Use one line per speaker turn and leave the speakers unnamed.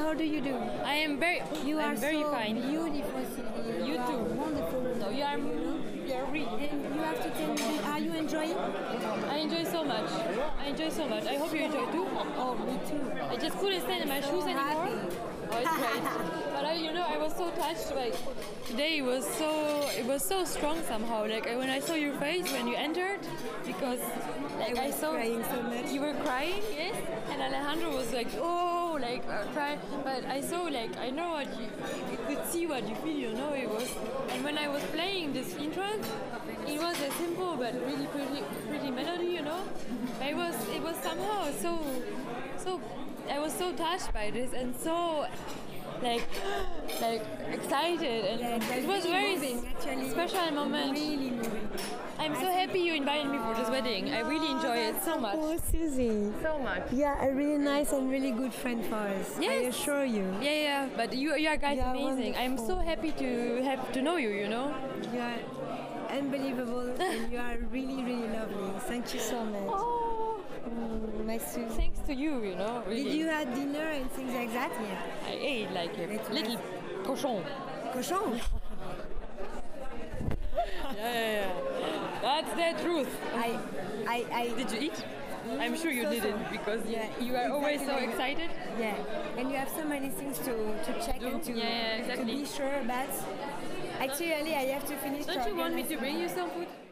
How do you do?
I am very.
You
I'm
are
very
so
kind.
beautiful, Sylvie.
You
are
too.
Wonderful.
So you are. You are rich.
And you have to tell me, are you enjoying?
I enjoy so much. I enjoy so much. I hope you enjoy too.
Oh, me too.
I just couldn't stand in my shoes anymore.
happy.
Oh, it's great. but I, you know, I was so touched. Like today was so, it was so strong somehow. Like I, when I saw your face when you entered, because like I,
was
saw
crying so much.
you were crying, yes. And Alejandro was like, oh, like uh, cry. But I saw like I know what you, you could see what you feel. You know, it was. And when I was playing this intro, it was a simple but really pretty, pretty melody. You know, But it was, it was somehow so, so. I was so touched by this and so like like excited and
Yeah, that's
it was
really
very
moving,
s-
actually.
special moment.
Really moving.
I'm so happy you invited me for this wedding. I really enjoy it so much.
Oh, Susie.
So much.
Yeah, a really nice and really good friend for us. I
Yes.
assure you.
Yeah, yeah, but you, you are guys
You are
amazing. I'm so happy to have to know you. You know.
You are unbelievable and you are really, really lovely. Thank you so much.
Oh,
Mm, my Susie.
thanks to you. You know. Really.
Did you have dinner and things like that? Yeah.
I ate like a
It's
little cochon.
Cochon.
Yeah, yeah, yeah. That's the truth.
I, I, I.
Did you eat? I'm sure you
so-so.
didn't because
Mm, Yeah,
you are always so
exactly like that.
excited.
Yeah. And you have so many things to, to check
Do.
and to,
Yeah, yeah,
to
exactly.
be sure about. Actually, I have to finish.
Don't you want me to bring you some food?